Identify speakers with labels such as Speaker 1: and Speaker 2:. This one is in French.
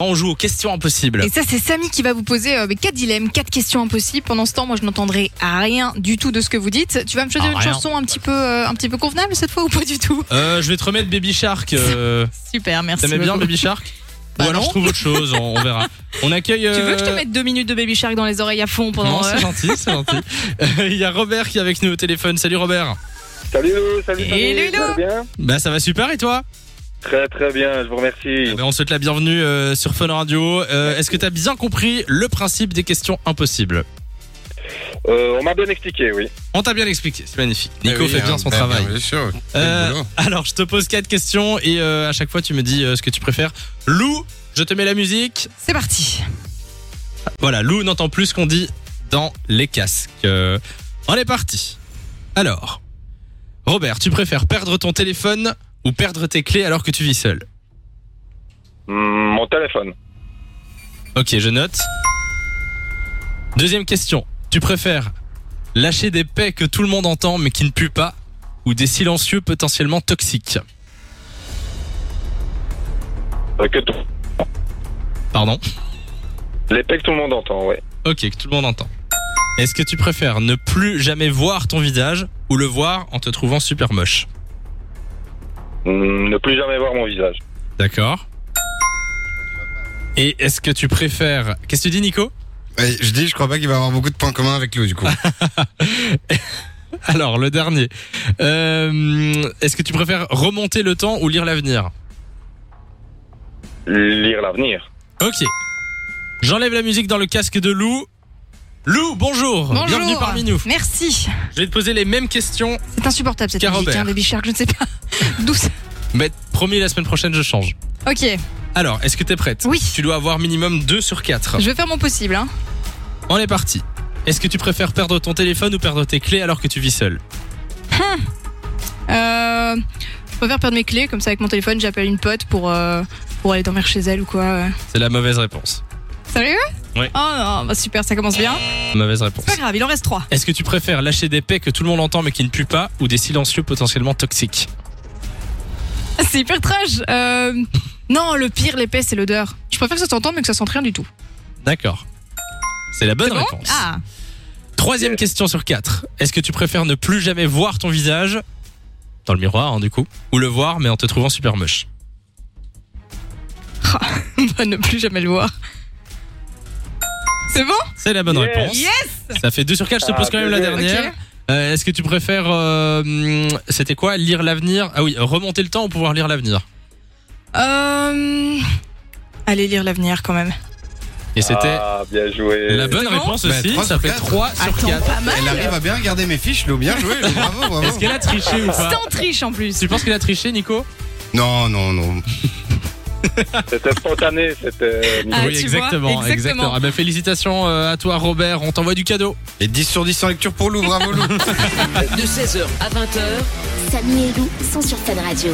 Speaker 1: On joue aux questions impossibles.
Speaker 2: Et ça, c'est Samy qui va vous poser euh, quatre dilemmes, quatre questions impossibles. Pendant ce temps, moi, je n'entendrai rien du tout de ce que vous dites. Tu vas me choisir
Speaker 1: Ah,
Speaker 2: une
Speaker 1: rien.
Speaker 2: chanson un petit peu, euh, un petit peu convenable cette fois ou pas du tout
Speaker 1: Euh, je vais te remettre Baby Shark. euh,
Speaker 2: Super, merci.
Speaker 1: T'aimais bien
Speaker 2: beaucoup.
Speaker 1: Baby Shark
Speaker 2: Bah
Speaker 1: Ou alors
Speaker 2: non.
Speaker 1: je trouve autre chose, on, on verra. On accueille.
Speaker 2: Tu veux
Speaker 1: euh,
Speaker 2: que je te mette deux minutes de Baby Shark dans les oreilles à fond pendant
Speaker 1: Non,
Speaker 2: euh,
Speaker 1: c'est gentil, c'est gentil. Euh, Il y a Robert qui est avec nous au téléphone. Salut Robert.
Speaker 3: Salut, salut,
Speaker 2: Et
Speaker 3: salut,
Speaker 2: Lulu.
Speaker 3: ça va bien
Speaker 1: Bah ça va super et toi
Speaker 3: Très très bien, je vous remercie.
Speaker 1: Eh ben, On te souhaite la bienvenue euh, sur Fun Radio. Euh, Est-ce que t'as bien compris le principe des questions impossibles
Speaker 3: Euh, on m'a bien expliqué, oui.
Speaker 1: On t'a bien expliqué, c'est magnifique. Nico
Speaker 4: Ah oui,
Speaker 1: fait bien
Speaker 4: hein,
Speaker 1: son
Speaker 4: bah,
Speaker 1: travail.
Speaker 4: Bien sûr.
Speaker 1: Euh,
Speaker 4: Quel boulot.
Speaker 1: alors, je te pose quatre questions et euh, à chaque fois, tu me dis euh, ce que tu préfères. Lou, je te mets la musique.
Speaker 2: C'est parti.
Speaker 1: Voilà, Lou n'entend plus ce qu'on dit dans les casques. Euh, on est parti. Alors, Robert, tu préfères perdre ton téléphone ou perdre tes clés alors que tu vis seul
Speaker 3: Hmm, mon téléphone.
Speaker 1: Ok, je note. Deuxième question. Tu préfères lâcher des paix que tout le monde entend mais qui ne puent pas ou des silencieux potentiellement toxiques
Speaker 3: Euh, que tout-
Speaker 1: Pardon
Speaker 3: Les pecs, tout le monde entend, ouais.
Speaker 1: Ok, que tout le monde entend. Est-ce que tu préfères ne plus jamais voir ton visage ou le voir en te trouvant super moche
Speaker 3: Hmm, ne plus jamais voir mon visage.
Speaker 1: D'accord Et est-ce que tu préfères... Qu'est-ce que tu dis Nico
Speaker 4: Ouais, je dis, je crois pas qu'il va avoir beaucoup de points communs avec Lou, du coup.
Speaker 1: Alors, le dernier. Euh, est-ce que tu préfères remonter le temps ou lire l'avenir
Speaker 3: Lire l'avenir.
Speaker 1: Ok. J'enlève la musique dans le casque de Lou. Lou, bonjour,
Speaker 2: Bonjour.
Speaker 1: Bienvenue parmi nous
Speaker 2: Merci.
Speaker 1: Je vais te poser les mêmes questions,
Speaker 2: C'est insupportable cette
Speaker 1: Car
Speaker 2: musique,
Speaker 1: Robert.
Speaker 2: hein, Baby Shark. Je ne sais pas d'où. ça-
Speaker 1: mais promis, la semaine prochaine, je change.
Speaker 2: Ok,
Speaker 1: Alors, est-ce que t'es prête
Speaker 2: Oui.
Speaker 1: Tu dois avoir minimum 2 sur 4.
Speaker 2: je vais faire mon possible. Hein.
Speaker 1: On est parti. Est-ce que tu préfères perdre ton téléphone ou perdre tes clés alors que tu vis seul
Speaker 2: Euh, je préfère perdre mes clés comme ça avec mon téléphone. J'appelle une pote pour euh, pour aller dormir chez elle ou quoi. euh.
Speaker 1: C'est la mauvaise réponse.
Speaker 2: Sérieux
Speaker 1: Ouais.
Speaker 2: Oh non, bah super, ça commence bien.
Speaker 1: Mauvaise réponse.
Speaker 2: Pas grave, il en reste trois.
Speaker 1: Est-ce que tu préfères lâcher des paix que tout le monde entend mais qui ne puent pas ou des silencieux potentiellement toxiques
Speaker 2: C'est hyper trash. Euh, non, le pire, l'épais, c'est l'odeur. Je préfère que ça s'entende, mais que ça sente rien du tout.
Speaker 1: D'accord. C'est la bonne
Speaker 2: C'est bon
Speaker 1: réponse.
Speaker 2: Ah,
Speaker 1: Troisième question sur quatre. Est-ce que tu préfères ne plus jamais voir ton visage dans le miroir, hein, du coup, ou le voir mais en te trouvant super moche
Speaker 2: on va ne plus jamais le voir. C'est bon
Speaker 1: C'est la bonne
Speaker 3: Yes.
Speaker 1: réponse. Ça fait deux sur quatre. Je te
Speaker 3: Ah,
Speaker 1: pose quand même la
Speaker 3: bien joué.
Speaker 1: dernière.
Speaker 2: Ok.
Speaker 1: Euh, Est-ce que tu préfères, euh, hum, c'était quoi, lire l'avenir Ah oui, remonter le temps ou pouvoir lire l'avenir
Speaker 2: Euh, Allez lire l'avenir quand même.
Speaker 1: Et c'était
Speaker 3: Ah, bien joué.
Speaker 1: la bonne
Speaker 2: C'est bon
Speaker 1: réponse
Speaker 4: Bah,
Speaker 1: aussi.
Speaker 4: trois
Speaker 1: ça
Speaker 4: sur
Speaker 1: fait
Speaker 4: quatre.
Speaker 1: 3 sur 4.
Speaker 2: pas mal.
Speaker 4: Elle arrive à bien garder mes fiches, Lou. Bien joué, Lou. Bravo,
Speaker 1: Est-ce
Speaker 4: bravo.
Speaker 1: qu'elle a triché ou pas
Speaker 2: Sans triche en plus.
Speaker 1: Tu penses qu'elle a triché, Nico
Speaker 4: Non, non, non.
Speaker 3: C'était spontané, c'était.
Speaker 2: Ah,
Speaker 1: Oui,
Speaker 2: tu
Speaker 1: exactement.
Speaker 2: vois, exactement.
Speaker 1: Ah bah, félicitations euh, à toi, Robert. On t'envoie du cadeau.
Speaker 4: Et 10 sur 10 en lecture pour Lou. Bravo, Lou.
Speaker 5: de 16h à 20h.
Speaker 6: Samy et Lou sont sur Fan Radio.